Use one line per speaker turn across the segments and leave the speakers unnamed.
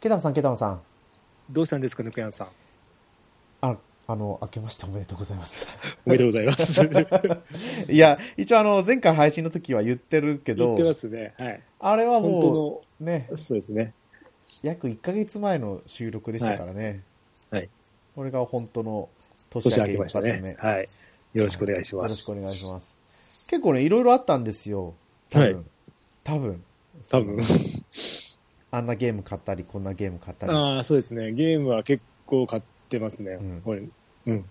ケダムさん、ケダムさん。
どうしたんですか、ぬくやんさん。
あ、あの、明けましておめでとうございます。
おめでとうございます。
いや、一応あの、前回配信の時は言ってるけ
言
ど
っ、てますね。はい。
あれは
本
も
当
う、ね
の、、そうですね。
約1ヶ月前の収録でしたからね。
はいはい
これが本当の年
年
明
明
け
けま
一
した
発目。
ね。はい。よろしくお願いし
よろ
ま
しく
す。
お願いします。結構ね、いろいろあったんですよ。多分。
は
多分。
多分。
あんなゲーム買ったり、こんなゲーム買ったり。
ああ、そうですね。ゲームは結構買ってますね。
うん
これ。うん。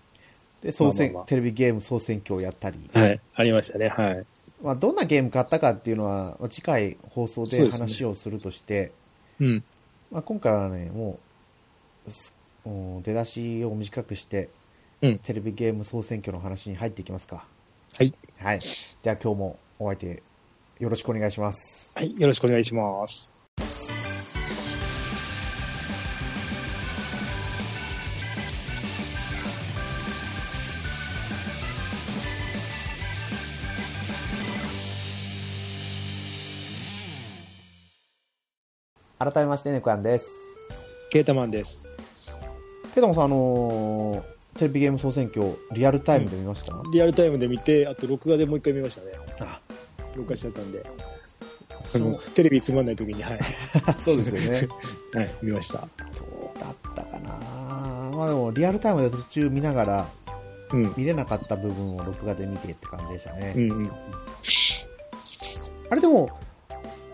で、総選、
まあまあまあ
テレビゲーム総選挙をやったり。
はい。ありましたね。はい。
まあ、どんなゲーム買ったかっていうのは、まあ次回放送
そう
で
ですね
話をするとして、
うん。
まあ、今回はね、もうす、うん出だしを短くして、
うん
テレビゲーム総選挙の話に入っていきますか。
はい。
はい。では今日もお相手、よろしくお願いします。
はい。よろしくお願いします。
改めまして、ネコヤンです。
ケータマンです。
けどもさん、あのーテレビゲーム総選挙、リアルタイムで見ました、
リアルタイムで見て、あと録画でもう一回見ましたね。
あ、
録画しちゃったんで。あ
そ
の
う、
テレビつまんない時に、はい。
そうですよね。
はい。見ました。
どうだったかなまあでも、リアルタイムで途中見ながら、
うん。
見れなかった部分を録画で見てって感じでしたね。
うんうん。
あれでも、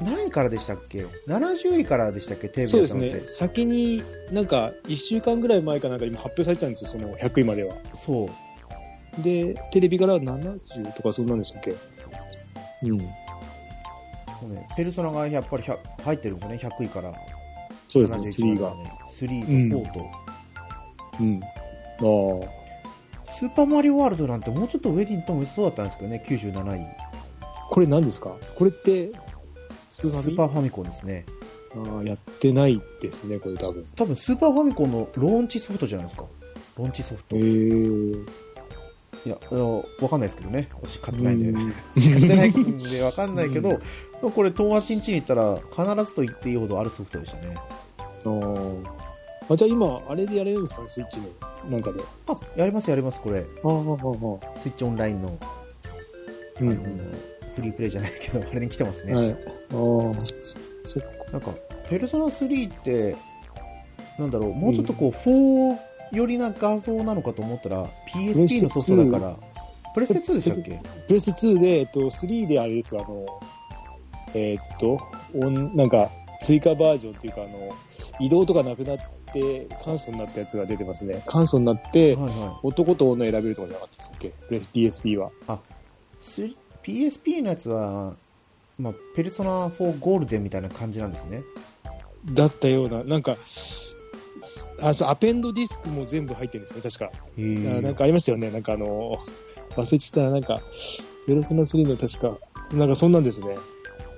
何位からでしたっけ ?70 位からでしたっけテレビ
そう
や
で
った
す
のって
ね、先になんか1週間ぐらい前かなんか今発表されてたんですよ、その100位までは。
そう。
で、テレビから70とかそんなんでしたっけうん。
そうね、ペルソナがやっぱり100入ってるもんね、100位から。
そうですね、
71位ま
3が。
でね。3、
うん
4と。
うん。あ
スーパーマリオワールドなんてもうちょっと上に行ってもそうだったんですけどね、97位。
あ。これ何ですかこれって、ス
ス
ーファ
ー
ミ
パーファミコンですね。
ああ、やってないですね、これ多分。
多分スーパーファミコンのローンチソフトじゃないですか。ローンチソフト。
へ
い
ー
や、あのわかんないですけどね。私買ってないんで。
うん
買ってないんでわかんないけど、これ友達ん家に行ったら必ずと言っていいほどあるソフトでしたね。
ああ。あ、じゃあ今、あれでやれるんですかね、スイッチの。なんかで。あ
あ、やりますやります、これ。
あ、ああ、あ
スイッチオンラインの、
あ。うん
あのフリープレイじゃないけど、あれに来てますね。
はい。ああ。そっか。
なんか、ペルソナ3って、なんだろう、もうちょっとこう、4寄りな画像なのかと思ったら、PSP のソフトだから、プレステ2でしたっけ
プレステ2で、えっと、3であれですよ、あの、えーっと、オンなんか、追加バージョンっていうか、あの、移動とかなくなって、簡素になったやつが出てますね。簡素になって、
はいは
男と女選べるとかじゃなかったでしたっけプレス PSP は。
いスリ。PSP のやつは、まあ、ペルソナ4ゴールデンみたいな感じなんですね。
だったような、なんか、あ、そう、アペンドディスクも全部入ってるんですね、確か。
へ
あなん
ー
かありましたよね、なんかあの、忘れちゃったな、なんか、ペルソナ3の確か、なんかそんなんですね。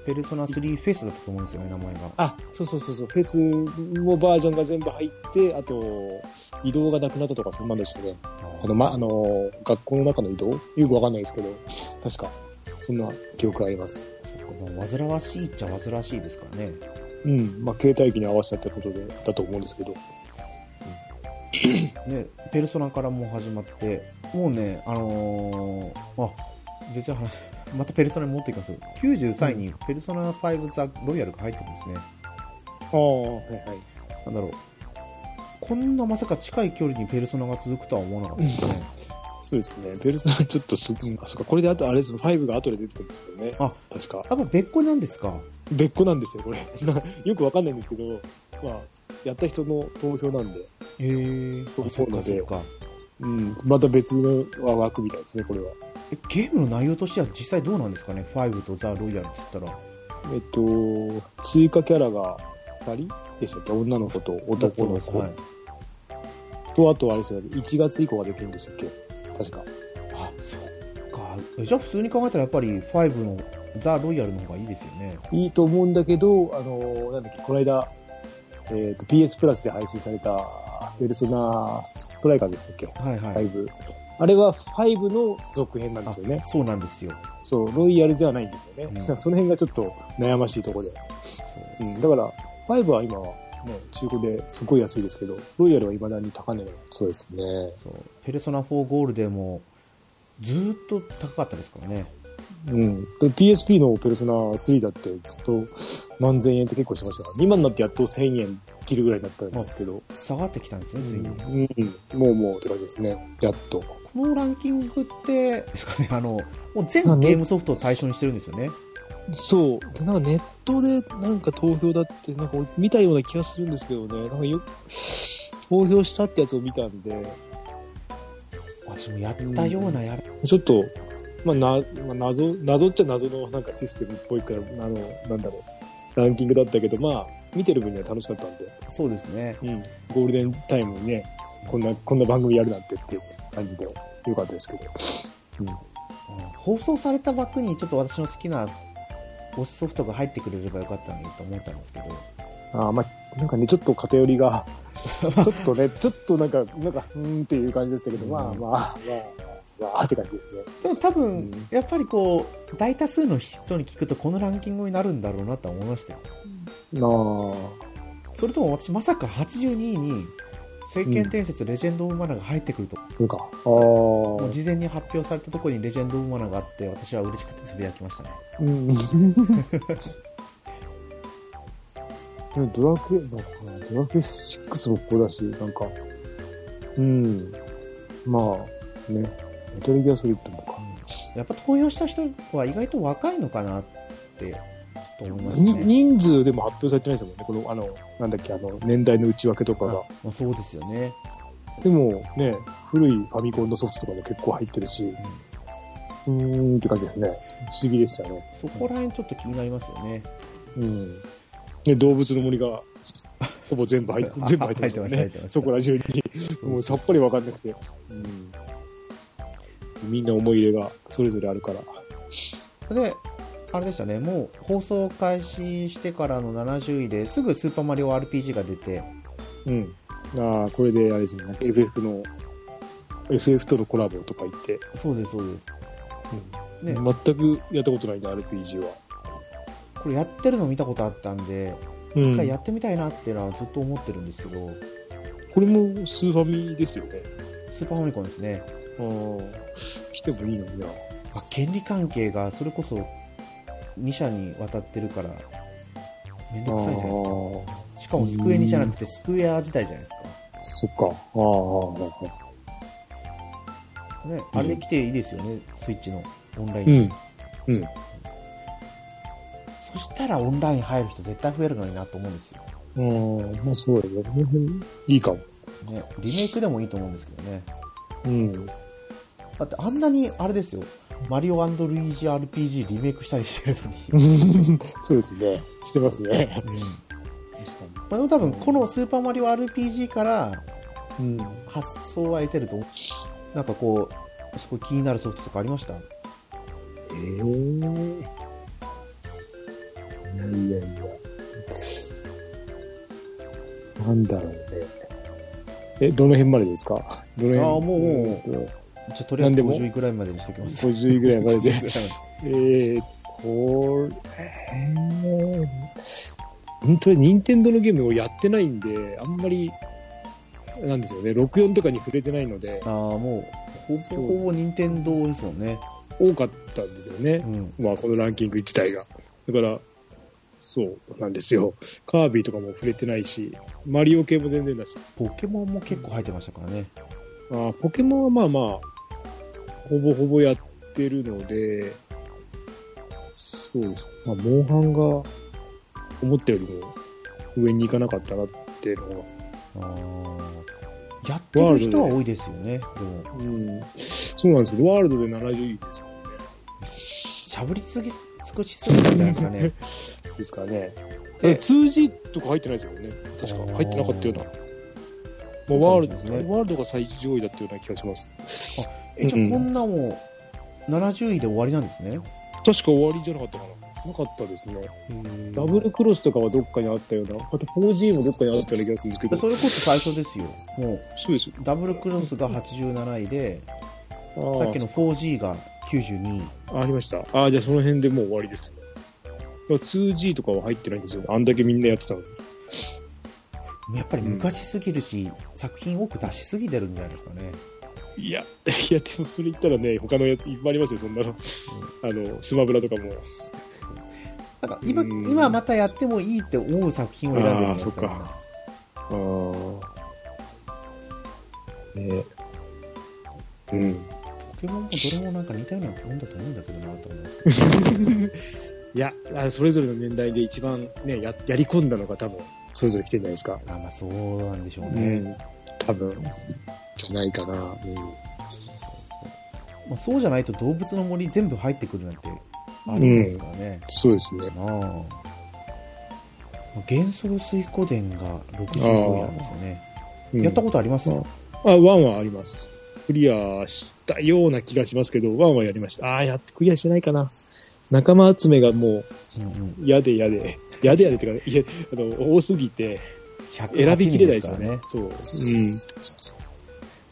ペルソナ3フェスだったと思うんですよね、名前が。
あ、そうそうそうそう、フェスもバージョンが全部入って、あと、移動がなくなったとか、そんなんでしたね。あの、ま、あのー、学校の中の移動よくわかんないですけど、確か、そんな記憶があります。
まあ煩わしいっちゃ煩わしいですからね。
うん、まあ、携帯機に合わせたってことで、だと思うんですけど。
ね、ペルソナからもう始まって、もうね、あのーあ、全然話、 またペルソナに持っていきます。93位にペルソナ5ザ・ロイヤルが入ってるんですね。
ああ、はいはい。
なんだろう。こんなまさか近い距離にペルソナが続くとは思わなかったですね。
そうですね。ペルソナちょっとす、うんあ、そっか、これであと、あれです、5が後で出てくるんですけどね。
あ、
確か。
やっぱ別個なんですか
別個なんですよ、これ。 なよくわかんないんですけど、まあ、やった人の投票なんで、
へえ。あそっかそっか。
うん、また別の枠みたいですね、これは。
えゲームの内容としては実際どうなんですかね ?5 とザ・ロイヤルって言ったら。
えっと、追加キャラが2人でしたっけ女の子と男の子、
はい。
と、あとはあれですよね、1月以降ができるんでしたっけ確か。
あ、そっか。えじゃあ普通に考えたらやっぱり5のザ・ロイヤルの方がいいですよね。
いいと思うんだけど、あの、なんだっけ、この間、えっと PS プラスで配信された、ペルソナストライカーでしたっけ
はいはい。
?5。あれは5の続編なんですよね。
そうなんですよ。
そう、ロイヤルでは ないんですよね。
うん
その辺がちょっと悩ましいところで。うん、だから、5は今はね、中古ですごい安いですけど、ロイヤルはいまだに高値のそうですね。
そうペルソナ4ゴールデンもずーっと高かったですからね
うん。で PSP のペルソナ3だってずっと何千円って結構しましたから、今になってやっと1000円切るぐらいになったんですけど、
下がってきたんですねついに、こ
うん、もうもうって感じですね。やっと。
のランキングってですかねあのもう全
まあね
ゲームソフトを対象にしてるんですよね
そう。でなんかネットでなんか投票だって、なんか見たような気がするんですけどね、なんかよ、投票したってやつを見たんで、
私もやったようなやっ
ちょっと、まあ、な、まあ、謎、謎っちゃ謎のなんかシステムっぽいから、あの、なんだろう、ランキングだったけど、まあ、見てる分には楽しかったんで、
そうですね
うん、ゴールデンタイムにね、こんな、こんな番組やるなんてっていう感じで、よかったですけど。
うん放送された枠にちょっと私の好きな推しソフトが入ってくれればよかったのにと思ったんですけど
ああ、まあ、なんかね、ちょっと偏り が、ちょっとね、ちょっとなんか、なんか、うーんっていう感じでしたけど、まあまあ、まあ、まあ、って感じですね。
でも多分、
うん
やっぱりこう大多数の人に聞くとこのランキングになるんだろうなとは思いましたよ
なあ。
それとも私まさか82位に「聖剣伝説レジェンド・オブ・マナー」が入ってくると、
なんか、ああ、
もう事前に発表されたところに「レジェンド・オブ・マナー」があって私は嬉しくてつぶやきましたね
うん。 でもドラクエ、なんかなドラクエ6もここだし、なんか、うん。まあ、ね、メタルギアソリッドとか。
やっぱ投票した人は意外と若いのかなってちょっと思います
に
ね
人数でも発表されてないですもんね、この、あの、なんだっけ、あの、年代の内訳とかが
あ。まあそうですよね
でも、ね、古いファミコンのソフトとかも結構入ってるし、うーんって感じですね。不思議でしたね。
そこら辺ちょっと気になりますよね
うん。で、動物の森が、 ほぼ全部入って、全部入ってましたよ
入っ
ね
てました入ってまし。た
そこら中に。もうさっぱりわかんなくて。うん。みんな思い入れがそれぞれあるから。
で、あれでしたね、もう放送開始してからの70位ですぐスーパーマリオ RPG が出て、
うん。ああ、これであれですね、FF の、FF とのコラボとか言って、
そうです、そうです。ね、
全くやったことないな、RPG は。
これやってるの見たことあったんで、
う
一回
ん
や。ってみたいなっていうのはずっと思ってるんですけど、
これもスーファミですよね。
スーパーファミコンですね、
うん。来てもいいのにな。
まあ権利関係がそれこそ2社にわたってるから、めんどくさいじゃないです
ああ
か。しかもスクエニじゃなくてスクエア自体じゃないです
そっか。ああああ、ああ。
か。ね、
うん
あれで来ていいですよね、スイッチのオンライン
う
に。
ん。うん。
そしたらオンライン入る人絶対増えるのになと思うんですよ。
うん。まあ、そうだよね。いいかも。
ね、リメイクでもいいと思うんですけどね。
うん。
だってあんなに、あれですよ、マリオルイージ RPG リメイクしたりしてるのに。
そうですね。してますね。
まあでも多分、このスーパーマリオ RPG から
うん。
発想は得てると思う。なんかこう、すごい気になるソフトとかありました
えーいやいやいや。なんだろうね。え、どの辺までですかどの辺
あーもうも
う。
じゃあとりあえ
な
ず
んでも
50位ぐらいまでにしておきます。。
50位ぐらいまでで
50
えー、これ、本当に任天堂のゲームをやってないんで、あんまり、なんですよね、64とかに触れてないので、
ああ、もう、ほぼほぼ任天堂ですもんね。
多かったんですよね。
うん。
まあ、このランキング自体が。だから、そうなんですよ。カービィとかも触れてないし、マリオ系も全然だし、
ポケモンも結構入ってましたからね。
あーポケモンはまあまあ、ほぼほぼやってるので、そうです。まあ、モンハンが思ったよりも上に行かなかったなっていうのは、
ああ。やってる人は多いですよね。でも、
うん、そうなんですよ。ワールドで70位ですよ
しゃぶりすぎ、少しすぎたんじゃないですかね。
ですからね。
え
2G とか入ってないですもんね。確か入ってなかったような。まあ、ワールド、
そうですね
ワールドが最上位だったような気がします。
えじゃあ
うん
こんなもう70位で終わりなんですね、
確か終わりじゃなかったかな。なかったですね。ダブルクロスとかはどっかにあったような、あと 4G もどっかにあったような気がするんです
で
けど、
それこそ最初ですよもう
そうですよ。
ダブルクロスが87位で
あ
さっ
ー
きの 4G が92位
あありました。ああ、じゃあその辺でもう終わりですね。だから 2G とかは入ってないんですよね。あんだけみんなやってたのに。
やっぱり昔すぎるし、作品多く出しすぎてるんじゃないですかね。
いや、 いや、でもそれ言ったらね、他のやついっぱいありますよ、そんなの。あの、スマブラとかも。
なんか今、
うん
今またやってもいいって思う作品を選んでるんです
あーそっああ。ねうん。
ポケモンもどれもなんか似たようなもんだと思うんだけどなと思うんですけ
いや、あのそれぞれの年代で一番ね、や、やり込んだのが多分、それぞれ来てるんじゃないですか。
ど。あまあそうなんでしょう
う
ね。
ん。多分、じゃないかな。うん。
まあ、そうじゃないと動物の森全部入ってくるなんてあるんですからね。
そうですね。
まあ、まあ幻想水湖伝が65位なんですよね。
うん
やったことあります、
うんあ、ワンはあります。クリアしたような気がしますけど、ワンはやりました。ああー、やってクリアしてないかな。仲間集めがもう、
うんうん
やでやで、やでやでってか、ね、いや、あの、多すぎて、
108
選びきれないで
人
すよ
から
ね。そう。う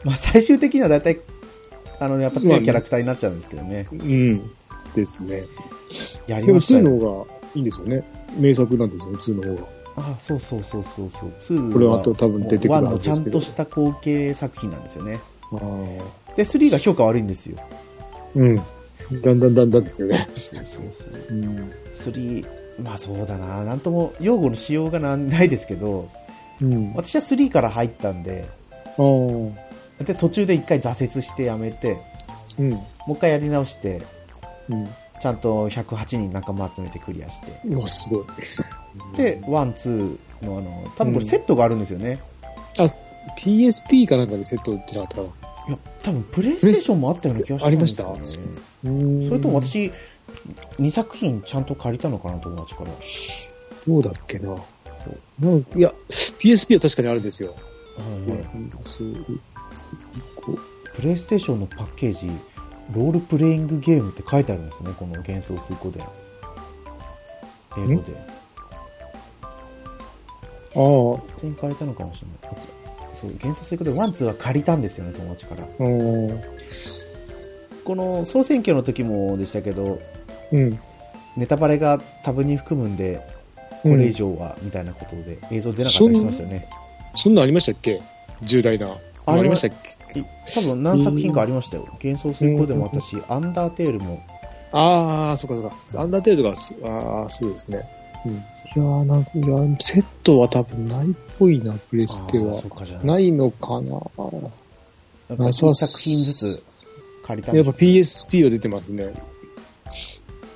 まあ最終的には大体、あの、やっぱ強いキャラクターになっちゃうんですけどね。
ん。うん。ですね。
やり
で
ま
も、
した
2
よ。
の方がいいんですよね。名作なんですよね、2の方が。
あ、そうそうそうそうそう。2
これはあと多分出てくる
1
は
の
ず
ち
で
ゃ
す
ん
けど
とした後継作品なんですよね。
ああ。
で、3が評価悪いんですよ。
うん。だんだんだんだんですよね。
そうそうそう。
うん。
3、まあそうだな。なんとも、用語の使用がなんないですけど、
うん。あ
私は3から入ったんで、
あ。うん。
で、途中で一回挫折してやめて、もう一回やり直して、
うん。
ちゃんと108人仲間集めてクリアして。
うわ、すごい。
で、1、2のあの、多分これセットがあるんですよね。
PSP かなんかでセット売ってなかったかない
や、多分プレイステーションもあったような気がしたんですよね
ありまし
そ
うん
れとも、私、2作品ちゃんと借りたのかな、友達から。
どうだっけな。なんかいや、PSP は確かにあるんですよ。うんそうこう
プレイステーションのパッケージ、ロールプレイングゲームって書いてあるんですね、この幻想数個で。英語で。
あ
手に借りたのかもしれない。そう、幻想水個でワン、ツーは借りたんですよね、友達から。
あ、うん。
この総選挙の時もでしたけど、
うん。
ネタバレが多分に含むんで、これ以上は、みたいなことで映像出なかったりしましたよね。
そんなんありましたっけ重大な。
あ
あ
れは
りましたっけ
多分何作品かありましたよ。幻想水光でもあったし、アンダーテールも。
ああ、そっかそっか。アンダーテールがす、ああ、そうですね。うん。いやーなんか、いやーセットは多分ないっぽいな、プレステ
あー
は
そ。うかじゃな。
ないいのかな
なんか一作品ずつ借りたん
や
で
っ
し
ぱ
ょ
PSP は出てますね。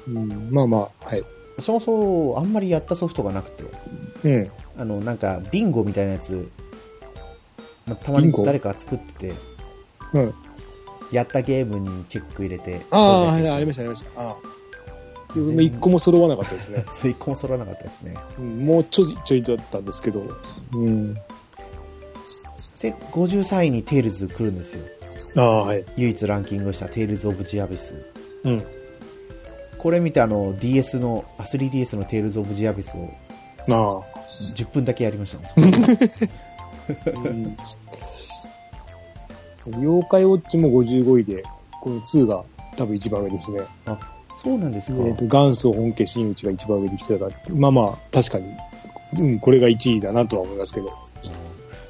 うん、まあまあ、はい。
そもそもあんまりやったソフトがなくて、
うん。
あの、なんかビンゴみたいなやつ、まあたま
ビン
に
ゴ
誰かが作ってて、
うん。
やったゲームにチェック入れて、
ああ、はい、ありま
し
した、ありました。ああ。自分も一個も揃わなかったですね。
そう一個も揃わなかったですね。
うんもうちょいちょいだったんですけど。うん。
で、53位にテイルズ来るんですよ。
ああ、はい。
唯一ランキングしたテイルズ・オブ・ジアビス。
うん。
これ見てあの DS の、あ 3DS のテイルズ・オブ・ジアビスを
ああ。
10分だけやりましたね。
妖怪ウォッチも55位で、この2が多分一番上ですね。
そうなんです
え
か。
ーと元祖本家真打ちが一番上に来てたから、まあまあ、確かに、うん、これが1位だなとは思いますけど。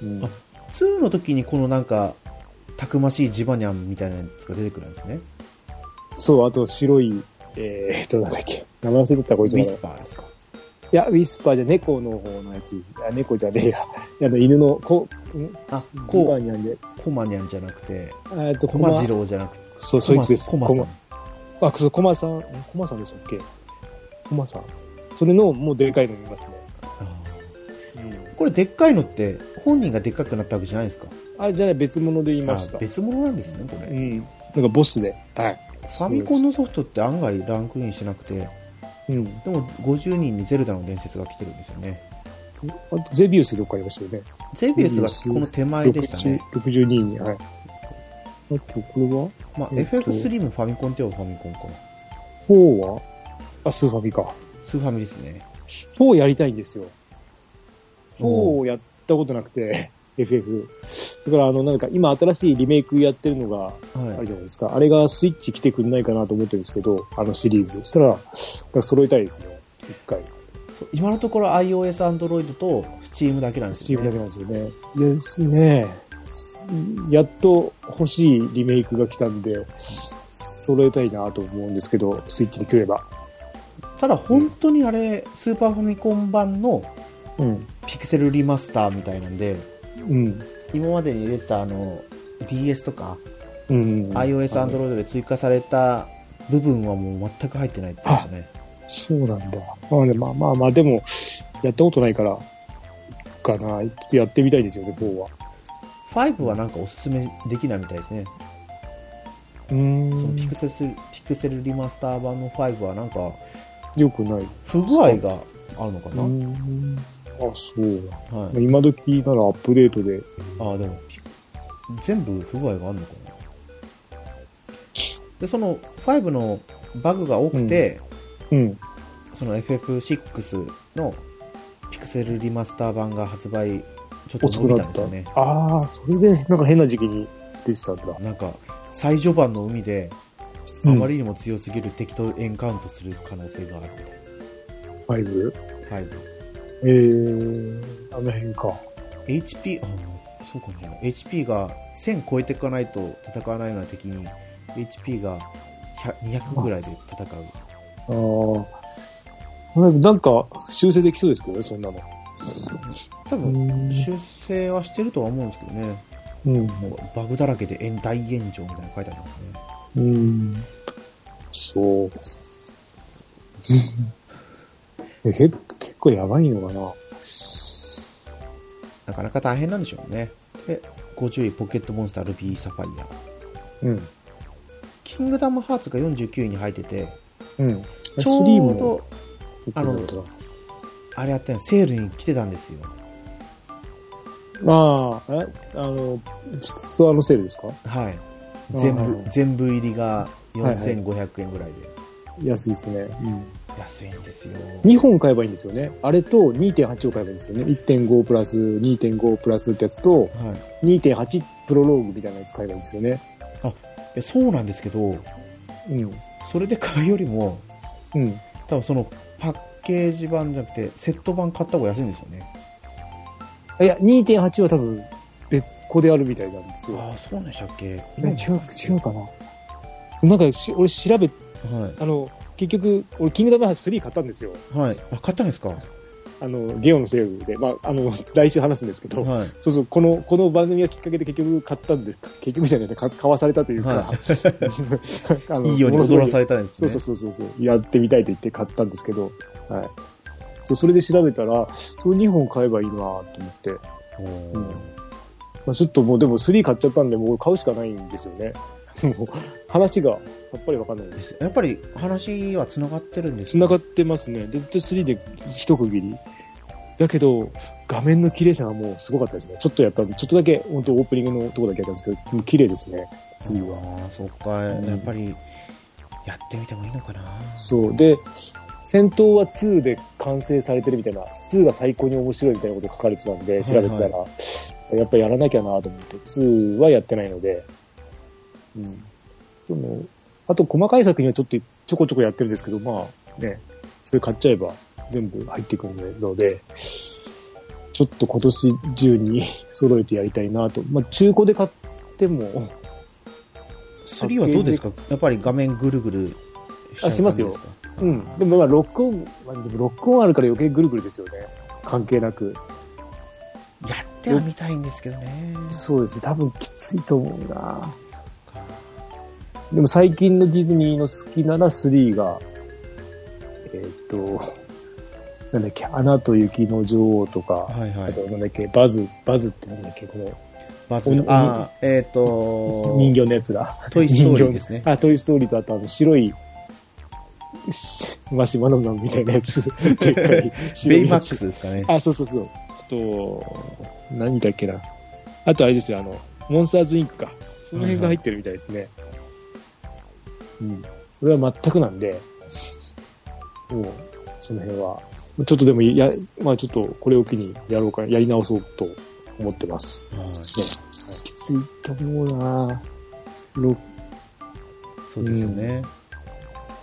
うん
あ2の時にこのなんか、たくましいジバニャンみたいなやつが出てくるんですね。
そう、あと白い、えー、と、なんだっけ、名前忘れてたこ
ウ
いつが。
ィ
い
スパーですか。
や、ウィスパーじゃ猫の方のやつ。あ猫じゃねえや。 あの、犬の、こう、ん
あ、
ジバ
こ
ニャンで、
う、コマニャンじゃなくて、
えっと、
コ
コ
マ
マ
ジ、ローじゃなくて、
そう、そいつです。
コマコマさん。
あ、そう、コマさん、んコマさんでしたっけコマさん。それの、もうでかいの見ますね。
あーこれでっかいのって、本人がでっかくなったわけじゃないですか。
あれじゃない、別物で言いました
あ。別物なんですね、こ
う
れ。
ん。なんかボスで。はい。
ファミコンのソフトって案外ランクインしなくて、
うん。
でも50人にゼルダの伝説が来てるんですよね。
あと、ゼビウスどっかありましたよね。
ゼビウスがこの手前でしたね。
60 62位に。はい。あと、これは
まあ、
えっと
FF3 もファミコンって言えばファミコンかな。
?4 はあ、スーファミか。
スーファミですね。
4やりたいんですよ。4
お
をやったことなくて、FF。だから、あの、なんか、今新しいリメイクやってるのが、あ
は
る
い。
じゃないですか。あれがスイッチ来てくんないかなと思ってるんですけど、あのシリーズ。そしたら、だから揃えたいですね。一回。
そう今のところ iOS、Android と Steam だけなんです
チー
よ、
ムだけ
ね。
なんですよね。ですね。すやっと欲しいリメイクが来たんで、揃えたいなと思うんですけど、スイッチで来れば。
ただ本当にあれ、スーパーファミコン版の
うん。
ピクセルリマスターみたいなんで、
うん。
今までに出たあの DS とか
うん。
iOS、
あの
Android で追加された部分はもう全く入ってないって言ってましたね。
そうなんだ。まあね、まあまあまあ、でも、やったことないから、かな。やってみたいですよね、4は。
5はなんかおすすめできないみたいですね。
う
その
ん
ピクセルピクセルリマスター版の5はなんか
よくない。
不具合があるのかな、
うん。あ、そうだ。
はい
まあ、今時ならアップデートで、
ああでもピ全部不具合があるのかなでその5のバグが多くて、
うん。
その FF6 のピクセルリマスター版が発売ちょっと
遅く
伸び
な
たん
っ
です
た。
よね
ああ、それで、なんか変な時期に出てたんだ。
なんか最序盤の海で
う
あ
ん
まりにも強すぎる敵とエンカウントする可能性があるみ
5?
たいな、
えー、あの辺か。
HP あそうかもしれない HP が1000超えていかないと戦わないような敵に HP が100 200ぐらいで戦う
ああ。なんか、修正できそうですけどね、そんなの。
多分
ん
修正はしてるとは思うんですけどね、
うん。
もうバグだらけで炎大炎上みたいなの書いてありますね。
うん。そう。えけ結構やばいのかな。
なかなか大変なんでしょうね。で、50位、ポケットモンスター、ルビー、サファイア。
うん。
キングダムハーツが49位に入ってて、
うん。
ちょ
3
う
も
ど、
結構なんだな、
あれやってんセールに来てたんですよ。
ああ、えあの、ストアのセールですか
はい。全
はいは
部
い、
全部入りが
はいはい
4500円ぐらいで。
安いですね。うん。
安いんですよ。
2本買えばいいんですよね。あれと2.8を買えばいいんですよね。1.5プラス2.5プラスってやつと
はい。
2.8プロローグみたいなやつ買えばいいんですよね。
えそうなんですけど、
うん。
それで買うよりも、
うん。
多分そのパッケージ版じゃなくて、セット版買った方が安いんですよね。
いや、2.8は多分別個であるみたいなんですよ。
ああ、そうなんでしたっけ
いや違う、違うかな。なんかし、俺調べ、
は
あの、結局、俺、キングダムハーツ3買ったんですよ。
い。はい。あ、買ったんですかは
あの、ゲオのセールで。まあ、あの、来週話すんですけど。
い。
そうそう、この、この番組がきっかけで結局買ったんです。結局じゃないね、か買わされたというか、
は
あの
いいように
ものすご
踊らされたんです
そう
ね。
そうそうそうそう、やってみたいと言って買ったんですけど、はい。そう、それで調べたら、その2本買えばいいなと思って、
おー
まあ、ちょっともうでも3買っちゃったんで、もう買うしかないんですよね。 もう話がさっぱりわかんないで。
ですすやっぱり話は繋がってるんです
繋がってますね。で、3で一区切り。だけど、画面の綺麗さがもうすごかったですね。ちょっとやったんで、ちょっとだけ、本当オープニングのとこだけやったんですけど、もう綺麗ですね、3は。
ああ、そっか。
ん
やっぱり、やってみてもいいのかな。
そう。で、戦闘は2で完成されてるみたいな、2が最高に面白いみたいなこと書かれてたんで、調べてたら、やっぱやらなきゃなと思って、2はやってないので、うん。でも、あと細かい作品はちょっとちょこちょこやってるんですけど、まあね、それ買っちゃえば全部入ってくるので、ちょっと今年中に 揃えてやりたいなと。まあ中古で買っても、
3はどうですかやっぱり画面ぐるぐるしちゃう感じですか
あしますよ。うん。でもまあロックオン、まあでもロックオンあるから余計ぐるぐるですよね。関係なく。
やってはみたいんですけどね。
そうですね。多分きついと思うな。
か
でも最近のディズニーの好きなら3が、えーっ、と、なんだっけ、アナと雪の女王とか、
はいは
あ
い
と。なんだっけ、バズ、バズってなんだっけ、この
バズる
お
ああ、えっ、と、
人形のやつが。
トイ・ストーリーですね。
あ、トイ・ストーリーとあとあの白い、しマシュマロマンみたいな やつ。でっかい白
ベ
い
イマ
や
ック
つ
スですかね。
あ、そうそうそう。あと、何だっけな。あとあれですよ、あの、モンスターズインクか。その辺が入ってるみたいですね。うん。それは全くなんで、もう、その辺は。ちょっとでも、や、まあちょっとこれを機にやろうか、やり直そうと思ってます。
はい
ね。きついと思うなロ
そうですよね。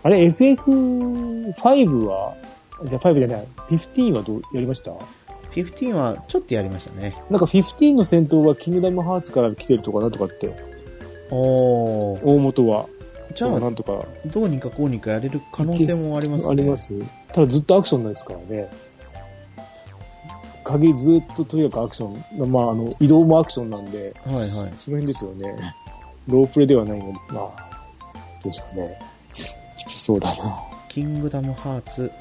あれ、FF5 は、あじゃあ5じゃない。15はどう、やりました
15はちょっとやりましたね。
なんか15の戦闘はキングダムハーツから来てるとかなんとかって、
おー。
大元は。
じゃあ
な、んとか。
どうにかこうにかやれる可能性もありますね。
ありま。す。ただずっとアクションないですからね。鍵ずっととにかくアクション、まあ、あの、移動もアクションなんで、
はいはい。
その辺ですよね。ロープレではないので、まあ、どうですかね。きつそうだな。
キングダムハーツ、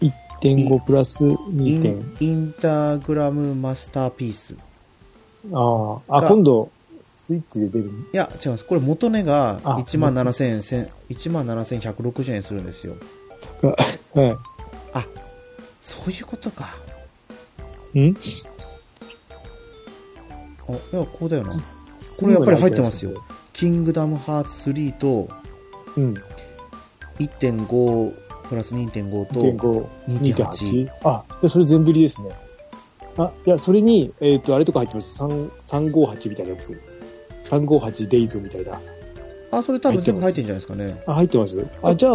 1.5プラス
イ
2点。
ンインターグラムマスターピース。い
ああ、あ、
が
今度、スイッチで出る。
や、違います。これ元値が
あ
17,000円せん、17,160円するんですよ。
は
そういうことか。
い。ん
あ、いや、こうだよな。これやっぱり入ってますよ。キングダムハーツ3と、
うん。
1.5プラス2.5と、
1.5、
2.8
2.8。あ、でそれ全振りですね。あ、いや、それに、えっ、と、あれとか入ってます。3 358みたいなやつ。358デイズみたいな。
あ、それ多分全部入ってんじゃないですかね。
あ、入ってますあ、じゃあ、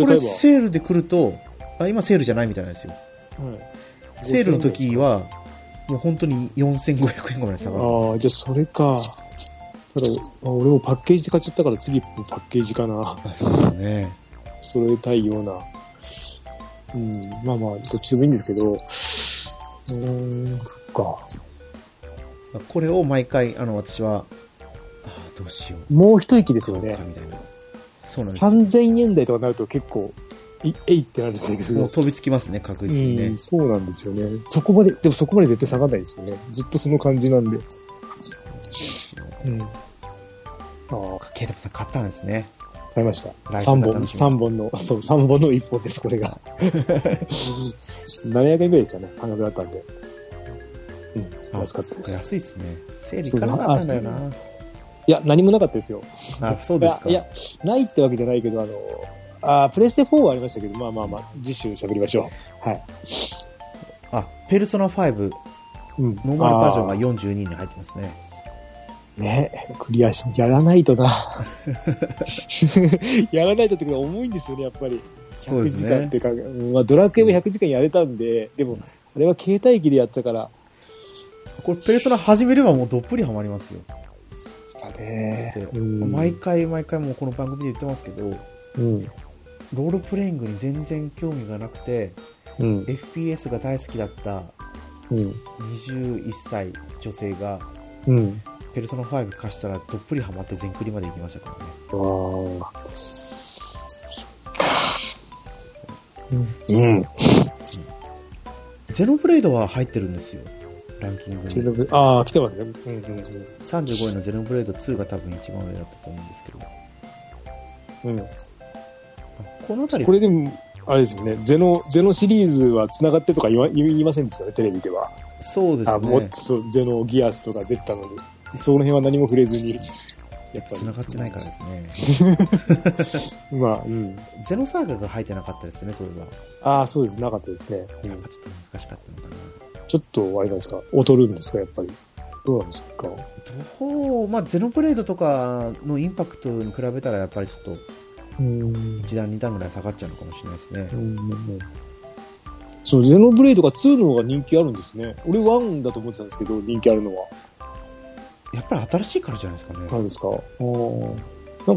こ
れ買
れ
えば。
セールで来ると、あ、今セールじゃないみたいなんですよ。
はい
セールの時。は、もう本当に4500円ぐらい下がる。
ああ、じゃあそれか。ただ、あ俺もパッケージで買っちゃったから次パッケージかな。
あそうですね。
揃えたいような。うん、まあまあ、どっちでもいいんですけど。うーん、そっか。
これを毎回、あの、私は、あーどうしよう
もう一息ですよね
か、。みたいな。そうなんで
3000円台とかになると結構、いえいってなるんだけ
す。もう
ど。
飛びつきますね、確
う
実にね
ん、。そうなんですよね。そこまで、でもそこまで絶対下がらないですよね。ずっとその感じなんで。うん。ああ、
ケイタプさん買ったんですね。
買いました。
来週
3
が
本、
楽しみ
三本の、そう、三本の1本です、これが。700円ぐらい でしたね、半額だったんで。うん、安かったです。
安いですね。セール行かなかったんだよな。
いや、何もなかったですよ。
あ、そうですか。
いや、いやないってわけじゃないけど、あの、あープレステ4はありましたけど、まあまあまあ、次週喋りましょう。はい。
あ、ペルソナ5、
うん、
ノーマルバージョンが42に入ってますね。
ね、クリアし、やらないとな。やらないとってことは重いんですよね、やっぱり。
そうですね
100時間ってか、うんまあ、ドラクエも100時間やれたんで、でも、あれは携帯機でやったから、
これ、ペルソナ始めればもうどっぷりハマりますよ。
ですかね
で。
うん
毎回毎回もうこの番組で言ってますけど、
うん。
ロールプレイングに全然興味がなくて、
うん。
FPS が大好きだった
うん。
21歳女性が、
うん。
ペルソナ5貸したらどっぷりハマって全クリまで行きましたからね。
ああ。うん。
ゼノブレイドは入ってるんですよ。ランキング
チル
に。
ブああ、来てますね。うんうん
35位のゼノブレイド2が多分一番上だったと思うんですけど。
うん。うん
あこのあたり、
これでも、あれですよね、ゼノ、ゼノシリーズは繋がってとか言わ言いませんでしたね、テレビでは。
そうです
あも
ね
っ。とゼノギアスとか出てたのに、その辺は何も触れずに、やっぱり。
繋がってないからですね。
まあ、うん。
ゼノサーガが入ってなかったですね、それは。
ああ、そうです、なかったですね。う
やっ
ん
ぱちょっと難しかったのかな。
ちょっと、あれなんですか、劣るんですか、やっぱり。どうなんですか。
どう、まあ、ゼノブレイドとかのインパクトに比べたら、やっぱりちょっと
うん。
1段、2段ぐらい下がっちゃうのかもしれないですね。
そう、ゼノブレイドが2の方が人気あるんですね。俺1だと思ってたんですけど、人気あるのは。
やっぱり新しいからじゃないですかね。
なんですかなん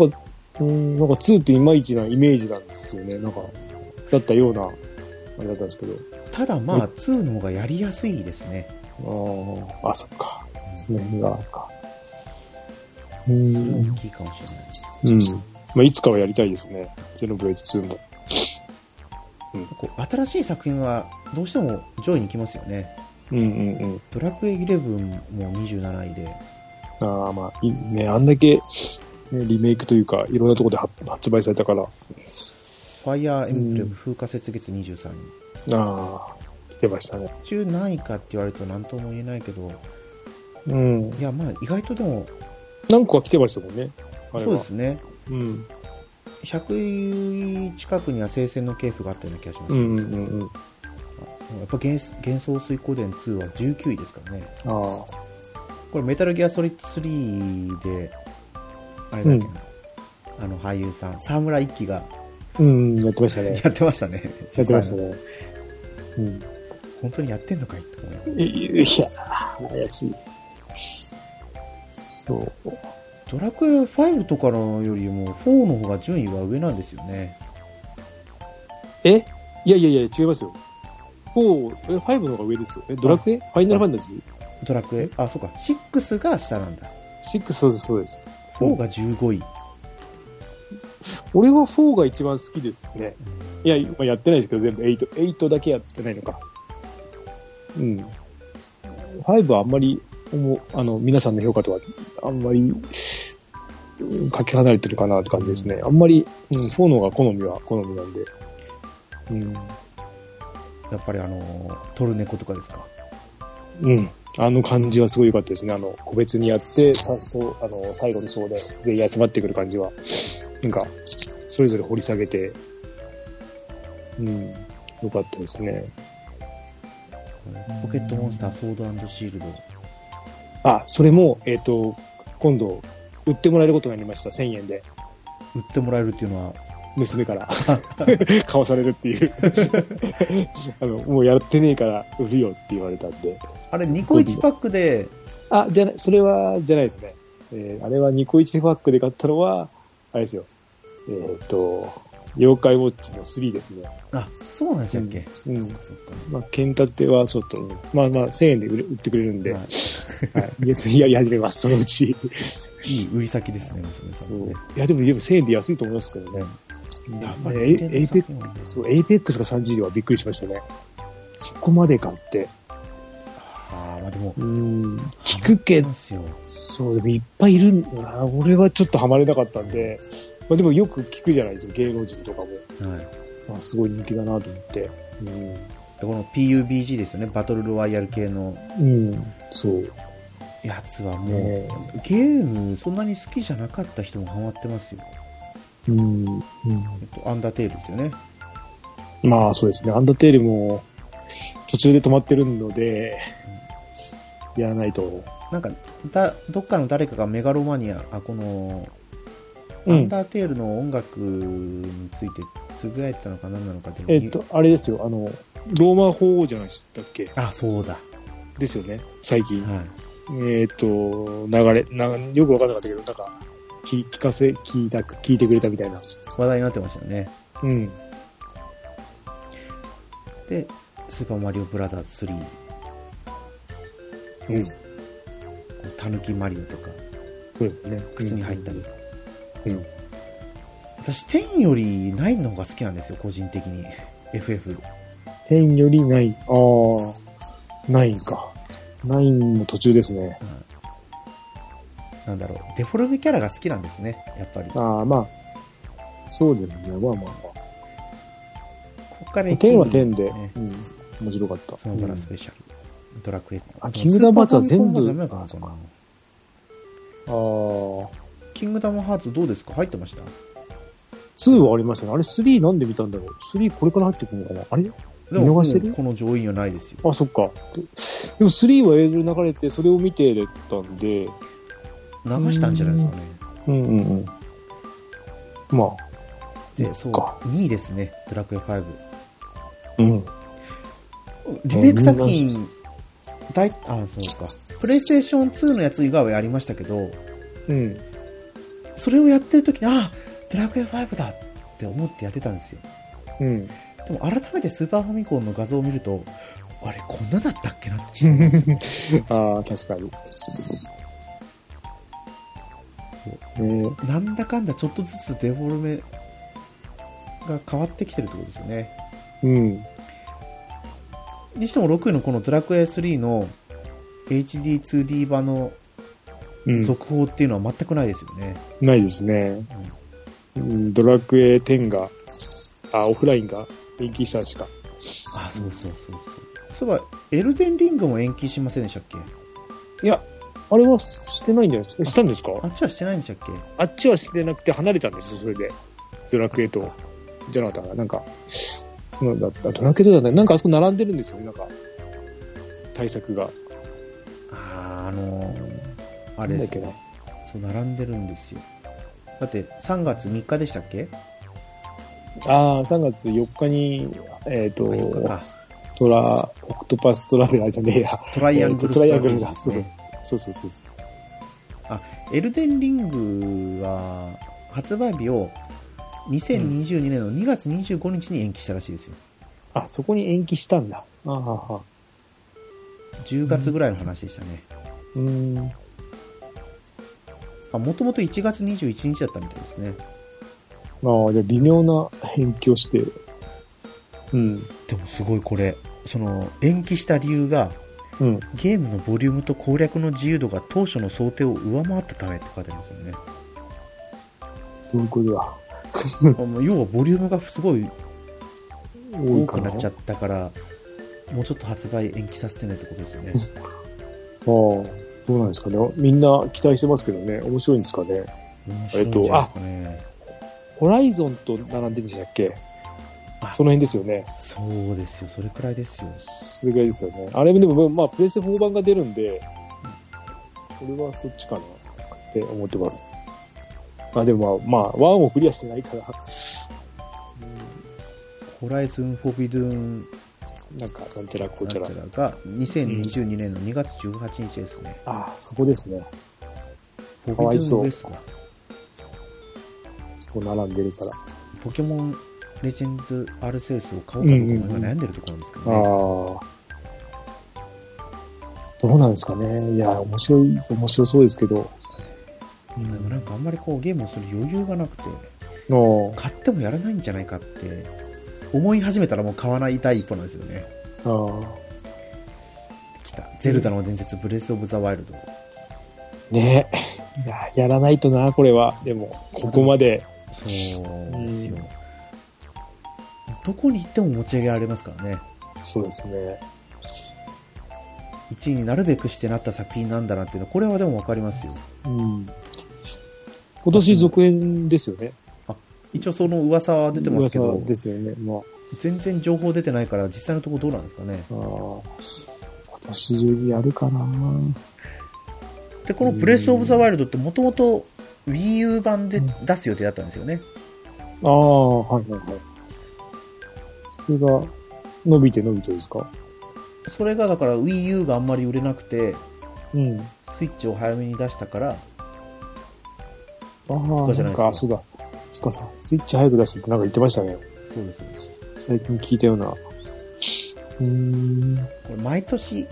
か、うん、なんか2っていまいちなイメージなんですよね。なんか、だったような、あれだったんですけど。
ただま
は
あ、2の方がやりやすいですね。
あーあ、そっか。その辺が、
そ
なんか。う
れは
ん
大。きいかもしれない。
うん。まあ、いつかはやりたいですね。ゼノブレイド2も。
こう新しい作品はどうしても上位に来ますよね。
うんうん
ドラクエ11も27位で、
うん。ああ、まあ、いいね。あんだけ、ね、リメイクというか、いろんなところで発発売されたから。
ファイアーエンブレ
う
ム
ん
風化雪月23位。
ああ、来てましたね。
中何位かって言われると何とも言えないけど、
うん。
いやまあ意外とでも、
何個か来てましたもんね。あれ
そう
は
で。すね。
うん。
100位近くには聖戦の系譜があったような気がします、
うんうんうんうん。
やっぱ幻幻想水光伝2は19位ですからね
ああ。
これメタルギアソリッド3であれだっけな、あの俳優さん沢村一樹が
うん、やってましたね。
やってましたね。
やってました
実際の
ね。うん。
本当にやってんのかいって思う。
いや、怪しい。そう。
ドラクエ5とかのよりも4の方が順位は上なんですよね。
えいやいやいや、違いますよ。4、え、5の方が上ですよ。え、ドラクエファイナルファンタジー
ドラクエ、あ、そうか、6が下なんだ。
?6、そうです、そうです。
4が15位。
俺は4が一番好きですね。いや、まあ、やってないですけど、全部8。8だけやってないのか。うん。5はあんまり、もうあの、皆さんの評価とは、あんまり、うんかけ離れてるかなって感じですね。あんまり、うん、4の方が好みは好みなんで。うん。
やっぱりあの、トルネコとかですか。
うん。あの感じはすごい良かったですね。あの、個別にやって、さそうあの最後の章で全員集まってくる感じは、なんか、それぞれ掘り下げて、うん、良かったですね。
ポケットモンスター、ソードシールド。
あ、それも、えっ、と、今度、売ってもらえることになりました。1000円で。
売ってもらえるっていうのは、
娘から。買わされるっていう。あの、もうやってねえから売るよって言われたんで。
あれ、ニコイチパックで、
あ、じゃない、それは、じゃないですね。えーあれはニコイチファックで買ったのは、あれですよ。えーっ、と、妖怪ウォッチの3ですね。
あ、そうなんでしたっけ。
うん。
そっ
まあ、剣立てはちょっと、うんまあまあ、1000円で売れ売ってくれるんで、
か。
は。
はい
いやり始めます、そのうち。
い、いい売り先ですね、娘さ
そ
ん
う
ね。。
いや、でも、でも1000円で安いと思いますけどね。
やっ
ま
ぱ
あ
り
エイエイペックス、そう、エイペックスが30ではびっくりしましたね。そこまで買って。
あーまあでも、
うん。聞くけど
そうですよ。
そう、でもいっぱいいるんだな。俺はちょっとハマれなかったんで、まあ、でもよく聞くじゃないですか、芸能人とかも。
はい。で
あすごい人気だなと思って。
この PUBG ですよね、バトルロワイヤル系の
うん。うん、そう。
やつはもう、
ね
ゲームそんなに好きじゃなかった人もハマってますよ。
うん。うん。
えっと、アンダーテールですよね。
まあそうですね、アンダーテールも途中で止まってるので、やらないと。
なんか、だ、どっかの誰かがメガロマニア、あ、この、
う
アン
ん。
ダーテールの音楽についてつぶやいてたのか何なのかでも
えっ、と、あれですよ、あの、ローマ法王じゃないでしたっけ
あ、そうだ。
ですよね、最近。
はい。
えっ、と、流れな、よくわかんなかったけど、なんか、聞聞かせ、聞いた、聞いてくれたみたいな。
話題になってましたよね。
うん。
で、スーパーマリオブラザーズ3、
うん。
タヌキマリオとか、
そうですね。
口に入ったり。
うん。
私、10より9の方が好きなんですよ、個人的に。FF。
天よりない。ああ、ないか。ないも途中ですね。
なんだろう。デフォルメキャラが好きなんですね、やっぱり。こ
ああ、まあ、そうですね。まあまあま
こから
あ。
一気
天
に
は天で、
ね
うん、面白かった。
そのからスペシャル。ドラクエ。
あキングダムハーツは全部
スーパーファミコンもダメかな
あそうかうん、ああ、
キングダムハーツどうですか入ってました
2はありましたね。あれ3なんで見たんだろう。3これから入ってくるのかなあれ
でも
見逃してる
もうこの上位はないですよ。
あ、そっか。ででも3は映像に流れて、それを見てれたんで、
流したんじゃないですかね。
うんうんうん。まあ、
で、そう、
か
2位ですね、ドラクエ5。
うん。
リメイク作品、大、あ、そうか。プレイステーション2のやつ以外はやりましたけど、
うん。
それをやってる時に、あ、ドラクエ5だって思ってやってたんですよ。
うん。
でも改めてスーパーファミコンの画像を見ると、あれ、こんなだったっけなって。
ああ、確かに。ね
なんだかんだちょっとずつデフォルメが変わってきてるってことですよね。
うん。
にしても6位のこのドラクエ3の HD2D 版の
うん。
続報っていうのは全くないですよね。
ないですね。うん、ドラクエ10が、あ、オフラインが延期したんしか。
あ、そうそうそうそう。そういえば、エルデンリングも延期しませんでしたっけ
いや、あれはしてないんじゃないですかしたんですか
あっちはしてないんでしたっけ
あっちはしてなくて離れたんですよ、それで。ドラクエと。じゃなかったかな。なんか、そのだドラクエとじゃない。なんかあそこ並んでるんですよね、なんか。対策が。
あー、あのー、あ
あ
れ
だ
で
っ
す
けな
ね。。そう、並んでるんですよ。だって、3月3日でしたっけ
ああ、3月4日に、えっ、と、
4日か
トラ、オクトパストラベラーじゃねえや。
トライアングル
トライアングルだ
ストライアングルですね
そうそうそうそう。
エルデンリングは発売日を2022年の2月25日に延期したらしいですよ。
あ、そこに延期したんだ。ああ、はは。
10月ぐらいの話でしたね。
うーん。
あ、もともと1月21日だったみたいですね。
まあ、じゃあ微妙な延期をして。うん。
でもすごいこれ、その延期した理由が
うん。
ゲームのボリュームと攻略の自由度が当初の想定を上回ったためって書いてありますよね。
どういうことだ。
あもう要はボリュームがすごい
多
多
いか
く
な。
なっちゃったから、もうちょっと発売延期させてねってことですよね。
ああ、どうなんですかね。みんな期待してますけどね。面白いんですかね。
面
え
白い
っ
んじゃ
と
ないですかね。
ホライゾンと並んでるんでしたっけ
あ
その辺ですよね。
そうですよ、それくらいですよ。
それぐらいですよね。あれ、でも、まあ、プレステ4版が出るんで、これはそっちかなって思ってます。あ、でもまあ、まあ、1をクリアしてないから、
ホライズン・フォビドゥーン・
なんか、なんちゃら
なん
こう
ち
ち
ゃら
ゃら。
が2022年の2月18日ですね。
あ、そこですね。
フ
か
ォ
わ
ビ
い
ドゥーン・
そう
ウエストだ。
そこ並んでるから。
ポケモン・レジェンズ・アルセウスを買おうかどうか今悩んでるところなんですけど
ああ
ね。。
どうなんですかね。いや、面白い、面白そうですけど。う
でもなん
ん、
かあんまりこうゲームをする余裕がなくて、
の
買ってもやらないんじゃないかって思い始めたらもう買わない第一歩なんですよね。
ああ。
来た。ゼルダの伝説、ブレス・オブ・ザ・ワイルド。
ねえ。いや、やらないとな、これは。でも、ここまで。
そうですよ。
うん
どこに行っても持ち上げられますからね。
そうですね。
1位になるべくしてなった作品なんだなっていうのは、これはでも分かりますよ。
うん。今年続編ですよね。
一応その噂は出てますけど
噂、ですよね。まあ、
全然情報出てないから、実際のところどうなんですかね。
あー今年中にやるかな。
で、このブレスオブザワイルドってもともと Wii U 版で出す予定だったんですよね。
ああ、はいはいはい。それが、伸びて伸びてですか
それがだから Wii U があんまり売れなくて、
うん。あ
スイッチを早めに出したから、
あ
かじゃ
ー、
な
ない
です
ん
か
か、そうだ。そっかさ、スイッチ早く出してってなんか言ってましたね。
そうですそうです。
最近聞いたような。うーん。
これ毎年、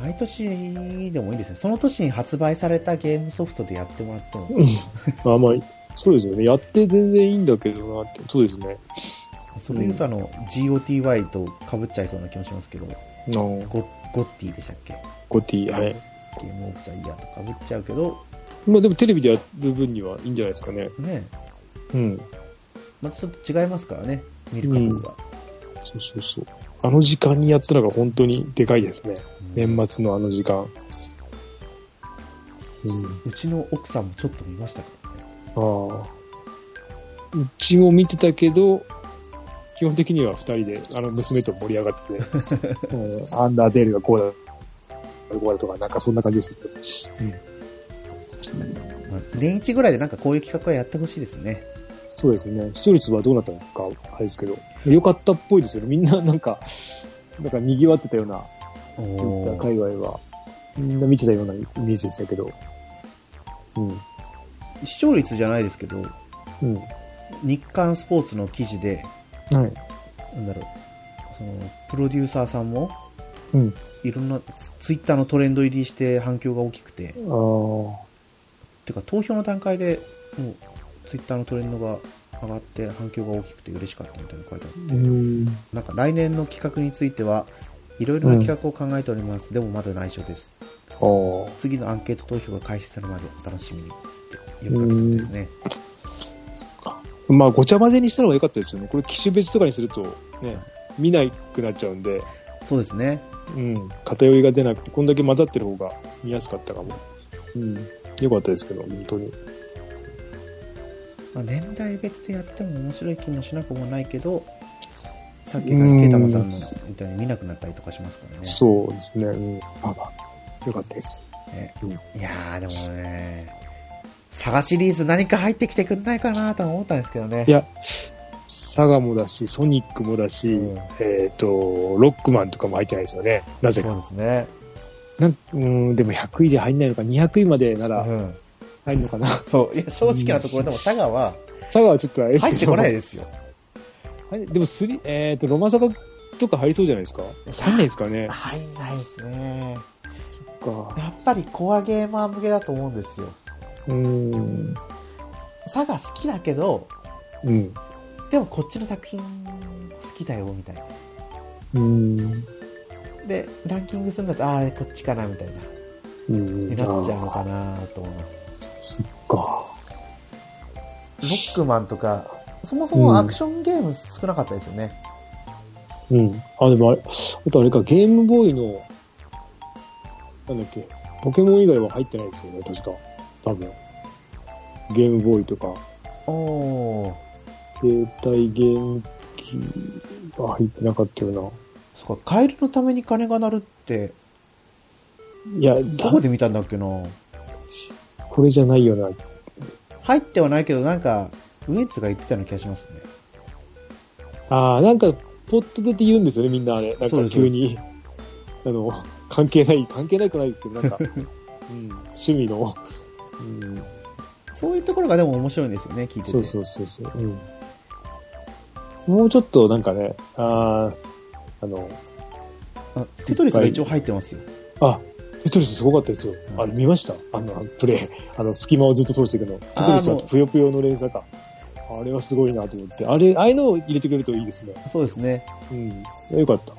毎年でもいいですね。その年に発売されたゲームソフトでやってもらっても、
まあまあ、そうですよね。やって全然いいんだけどなって。そうですね。
それ言うとあの、GOTY と被っちゃいそうな気もしますけど、
の
ゴゴッティでしたっけ
ゴティ、はい。
ゲームオブザイヤーとかぶっちゃうけど、
まあでもテレビでやる分にはいいんじゃないですかね。
ね、
うん。
またちょっと違いますからね、見る角度が。
そうそうそう。あの時間にやったのが本当にでかいですね。
うん
年末のあの時間。うん。
うちの奥さんもちょっと見ましたからね。
ああ。うちも見てたけど、基本的には二人で、あの娘と盛り上がって て、うんアンダーテールがこうだ、こうだとか、なんかそんな感じですけど。
まあ年一ぐらいでなんかこういう企画はやってほしいですね。
そうですね。視聴率はどうなったのか、あれですけど。良かったっぽいですよね。みんななんか、なんか賑わってたような、ツイッター界隈は。みんな見てたようなイメージでしたけど。うん。
視聴率じゃないですけど、
うん。
日刊スポーツの記事で、
はい。
なんだろう、その、プロデューサーさんも、
うん。
いろんなツイッターのトレンド入りして反響が大きくて、
ああ。
てか投票の段階でもうツイッターのトレンドが上がって反響が大きくて嬉しかったみたいなの書いてあって
うん。
なんか来年の企画についてはいろいろな企画を考えております、でもまだ内緒です
ああ。
次のアンケート投票が開始されるまでお楽しみにって呼びかけてるんですね、
まあ、ごちゃ混ぜにしたのが良かったですよね。これ、機種別とかにすると、ね、見なくなっちゃうんで、
そうですね
うん、偏りが出なくて、こんだけ混ざってる方が見やすかったかも。うん、良かったですけど、本当に。
まあ、年代別でやっても面白い気もしなくもないけどさっき言ったケータマさんのみたいに見なくなったりとかしますからね
そうですね。うん、まあまあ、良かったです。
ね
うん
いやーでもねサガシリーズ何か入ってきてくんないかなとは思ったんですけどね。
いや、サガもだし、ソニックもだし、
うん
えっ、と、ロックマンとかも入ってないですよね。なぜ
そ
か。
うですね。
なんうん、でも100位で入んないのか、200位までなら
うん。
入るのかな。
そう。いや、正直なところでも、佐賀は
サガはちょっとあれですけ
入
ど
ってこないですよ。
はいでもスリ、えっ、と、ロマサガとか入りそうじゃないですか。入んないですかね。
入んないですね。
そっか。
やっぱりコアゲーマー向けだと思うんですよ。
うん。
佐賀好きだけど、
うん。
でもこっちの作品好きだよ、みたいな。
うん。
で、ランキングするんだと、ああ、こっちかな、みたいな。
うん。
になっちゃうのかなと思います。
あー
ロックマンとか、そもそもアクションゲーム少なかったですよね。
うん。あ、でもあれ、あとあれか、ゲームボーイの、なんだっけ、ポケモン以外は入ってないですよね、確か。多分。ゲームボーイとか、
おー。
携帯ゲーム機は入ってなかったよ
そっか、カエルのために金が鳴るって、
な。いや、
ど
だ
こで見たんだっけな
これじゃないよな。
入ってはないけど、なんか、ウエンツが言ってたような気がしますね。
ああ、なんか、ポッと出て言うんですよね、みんなあれ。なん
そう
か
です
急に、 あの、関係ない、関係なくないですけど、な んか、うん、趣味の、うん、
そういうところがでも面白いんですよね、聞いてて。
そうそうそうそう、うん。もうちょっとなんかね、あーあの、
あテトリスが一応入ってますよ。
あ、テトリスすごかったですよ。
うん
あれ見ましたあの、プレイ。あの、隙間をずっと通していくの。テトリス
あ
は
ーもう
ぷよぷよの連鎖か。あれはすごいなと思って。あれ、ああいうのを入れてくれるといいですね。
そうですね。
うん。よかった。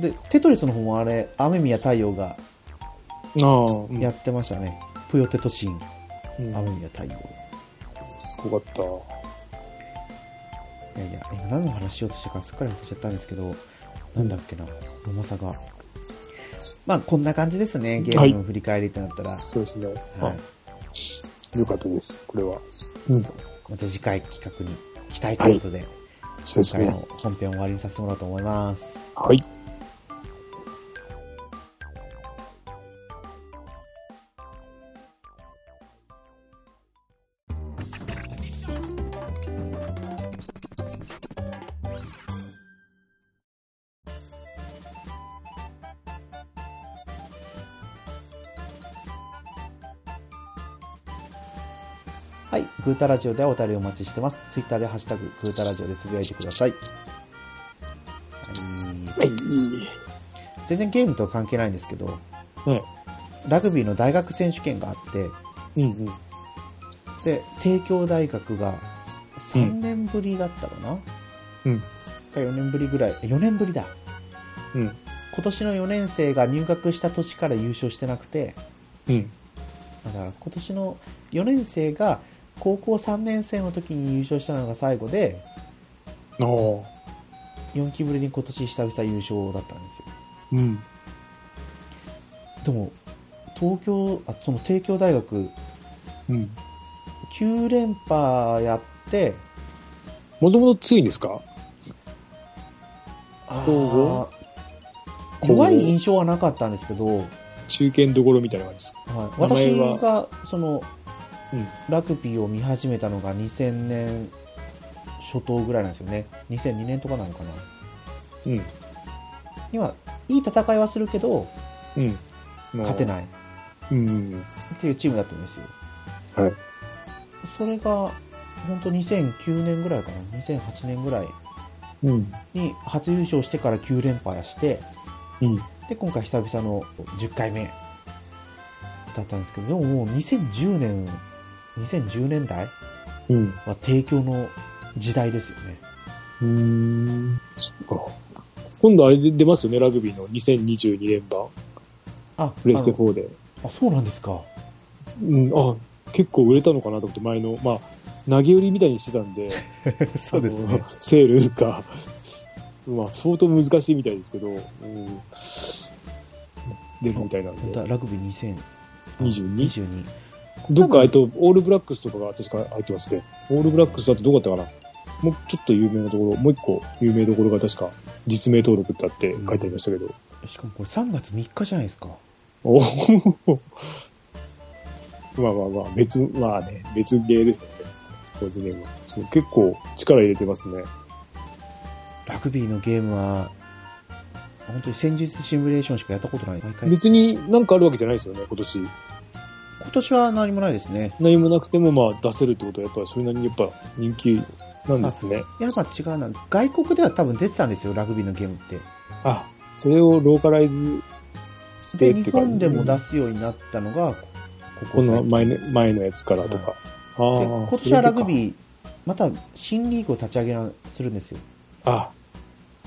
で、テトリスの方もあれ、雨宮太陽が
ああ、うん
やってましたね。ぷよテトシーン、
うん
雨宮太陽。
すごかった。
いやいや、今何の話しようとしたかすっかり忘れちゃったんですけど、なんだっけな、ロマサが。まあ、こんな感じですね、ゲームの振り返りってなったら。
そうですね。
はい
あよかったです。これは。うん。そ
また次回企画に期待ということで、
うで
今
す
回
ね
の。本編を終わりにさせてもらおうと思います。
はい。
はい、グータラジオではお便りお待ちしてます。ツイッターでハッシュタグ、グータラジオでつぶやいてください。はい全然ゲームとは関係ないんですけど、
はい。
ラグビーの大学選手権があって、
うんうん。
で、帝京大学が
うん
3年ぶりだったかな、
うん。
か4年ぶりぐらい、4年ぶりだ。
うん。
今年の4年生が入学した年から優勝してなくて、
うん。
だから今年の4年生が高校3年生の時に優勝したのが最後で、
ああ。
4期ぶりに今年久々優勝だったんですよ。
うん。
でも、東京、あその帝京大学、
うん。
9連覇やって、
もともと強いんですか
あー
強豪
怖い印象はなかったんですけど、はい、
中堅どころみたいな感じですか名前
私
は
がその、
うん
ラグビーを見始めたのが2000年初頭ぐらいなんですよね。2002年とかなのかな。
うん。
今、いい戦いはするけど、
うん。
勝て
い。
ないっ
うん。
ていうチームだったんですよ。
はい。
それが、本当2009年ぐらいかな。2008年ぐらい
うん。
に初優勝してから9連覇やして、
うん。
で、今回久々の10回目だったんですけど、でももう2010年、2010年代
うん。
は帝京の時代ですよね。
うん。そっか。今度あれで出ますよね、ラグビーの2022年版。
あ、
プレステ
あの
4で。
あそうなんです か。
うん。あ、結構売れたのかなと思って、前の、まあ、投げ売りみたいにしてたんで。
そうです
あ
ね
の。セールが、まあ、相当難しいみたいですけど、うん、出るみたいなん
また
で、
ラグビー2000
22
22。
どっか、えっと、オールブラックスとかが確か入ってますね。オールブラックスだとどこだったかなもうちょっと有名なところ、もう一個有名どころが確か実名登録ってあって書いてありましたけど、
しかもこれ3月3日じゃないですか。
おおまあまあまあ、別、まあね、別ゲーですね。スポーツゲームは。そう結構力入れてますね。
ラグビーのゲームは、本当に戦術シミュレーションしかやったことない。毎回。今
別になんかあるわけじゃないですよね、今年。
年は何もないですね。
何もなくてもまあ出せるってことは、やっぱりそれなりにやっぱ人気なんですね。
いや、まあ違うな。外国では多分出てたんですよ、ラグビーのゲームって。
あ、それをローカライズして
で、
っ
日
ていうか。
本でも出すようになったのが、ここ
この
最近
前,、ね、前のやつからと
で
か。ああ、
今年はラグ
ー。
ビー、また新リーグを立ち上げなするんですよ。
あ、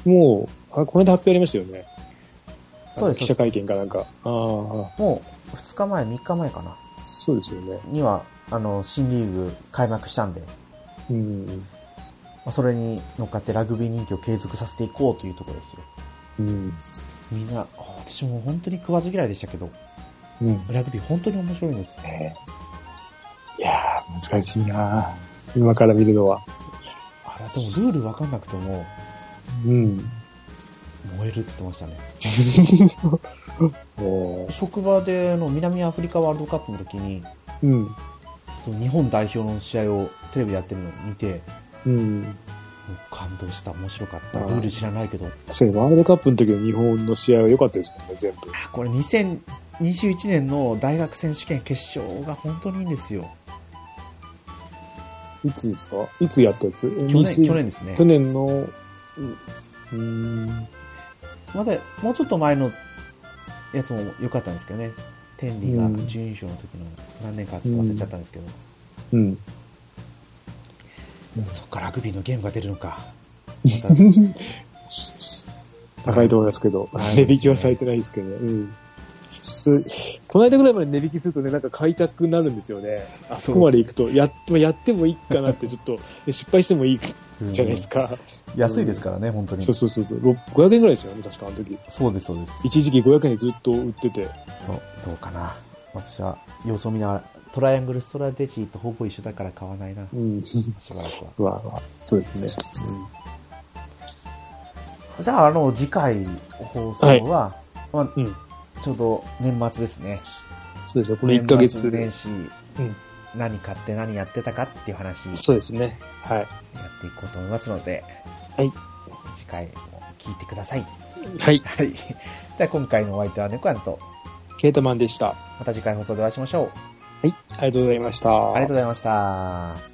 もう、あこの間発表ありましたよね。
そうです
記者会見かなんか。ああ、
もう2日前、3日前かな、
そうですよね。
には、あの、新リーグ開幕したんで、
うん。
まあそれに乗っかってラグビー人気を継続させていこうというところですよ。
うん。
みんな、あ私も本当に食わず嫌いでしたけど、
うん。
ラグビー本当に面白いんです。
ねいやー、難しいなー今から見るのは。
あれ、でもルールわかんなくても、
うん。
燃えるって言ってましたね。
おー
職場であの南アフリカワールドカップの時に、
うん。
その日本代表の試合をテレビでやってるのを見て、
うん。
もう感動した、面白かった。
あ
ル
ー
ール知らないけど、
確かにワールドカップの時の日本の試合は良かったですもんね、全部。
あこれ2021年の大学選手権決勝が本当にいいんですよ。
いつですかいつやったやつ
去年、去
去年
年ですね
去。年の、ううーん。
まだ、もうちょっと前のやつも良かったんですけどね。天理が準優勝の時の何年かちょっと忘れちゃったんですけど。
うん。
そっか、ラグビーのゲームが出るの か。
高いと思いますけど
はい、
値引きはされてないですけどね。うん。この間ぐらいまで値引きするとね、なんか買いたくなるんですよね。あそこまで行くと、やっまあやってもいいかなって、ちょ っと、え失敗してもいいじゃないですか。
安いですからね、本当に。
そう
そ
そうそうそう。ろ500円ぐらいですよね、確かあの時。
うです、そうです。
一時期500円でずっと売ってて。
どどうかな。私は様子を見ながら、トライアングルストラテジーとほぼ一緒だから買わないな、
うん。
しばらくは。
う わうわそうですね。
じゃあ、あの、次回放送は、まあ
うん
ちょうど年末ですね。
そうですよ、この1ヶ月
年末年
で。
始、
うん
何買って何やってたかっていう話、や
そうですね。はい。
っていこうと思いますので、
はい
次回も聞いてください。
はい。
はい。では、今回のお相手はネコアンと、
ケータマンでした。
また次回放送でお会いしましょう。
はい。ありがとうございました。
ありがとうございました。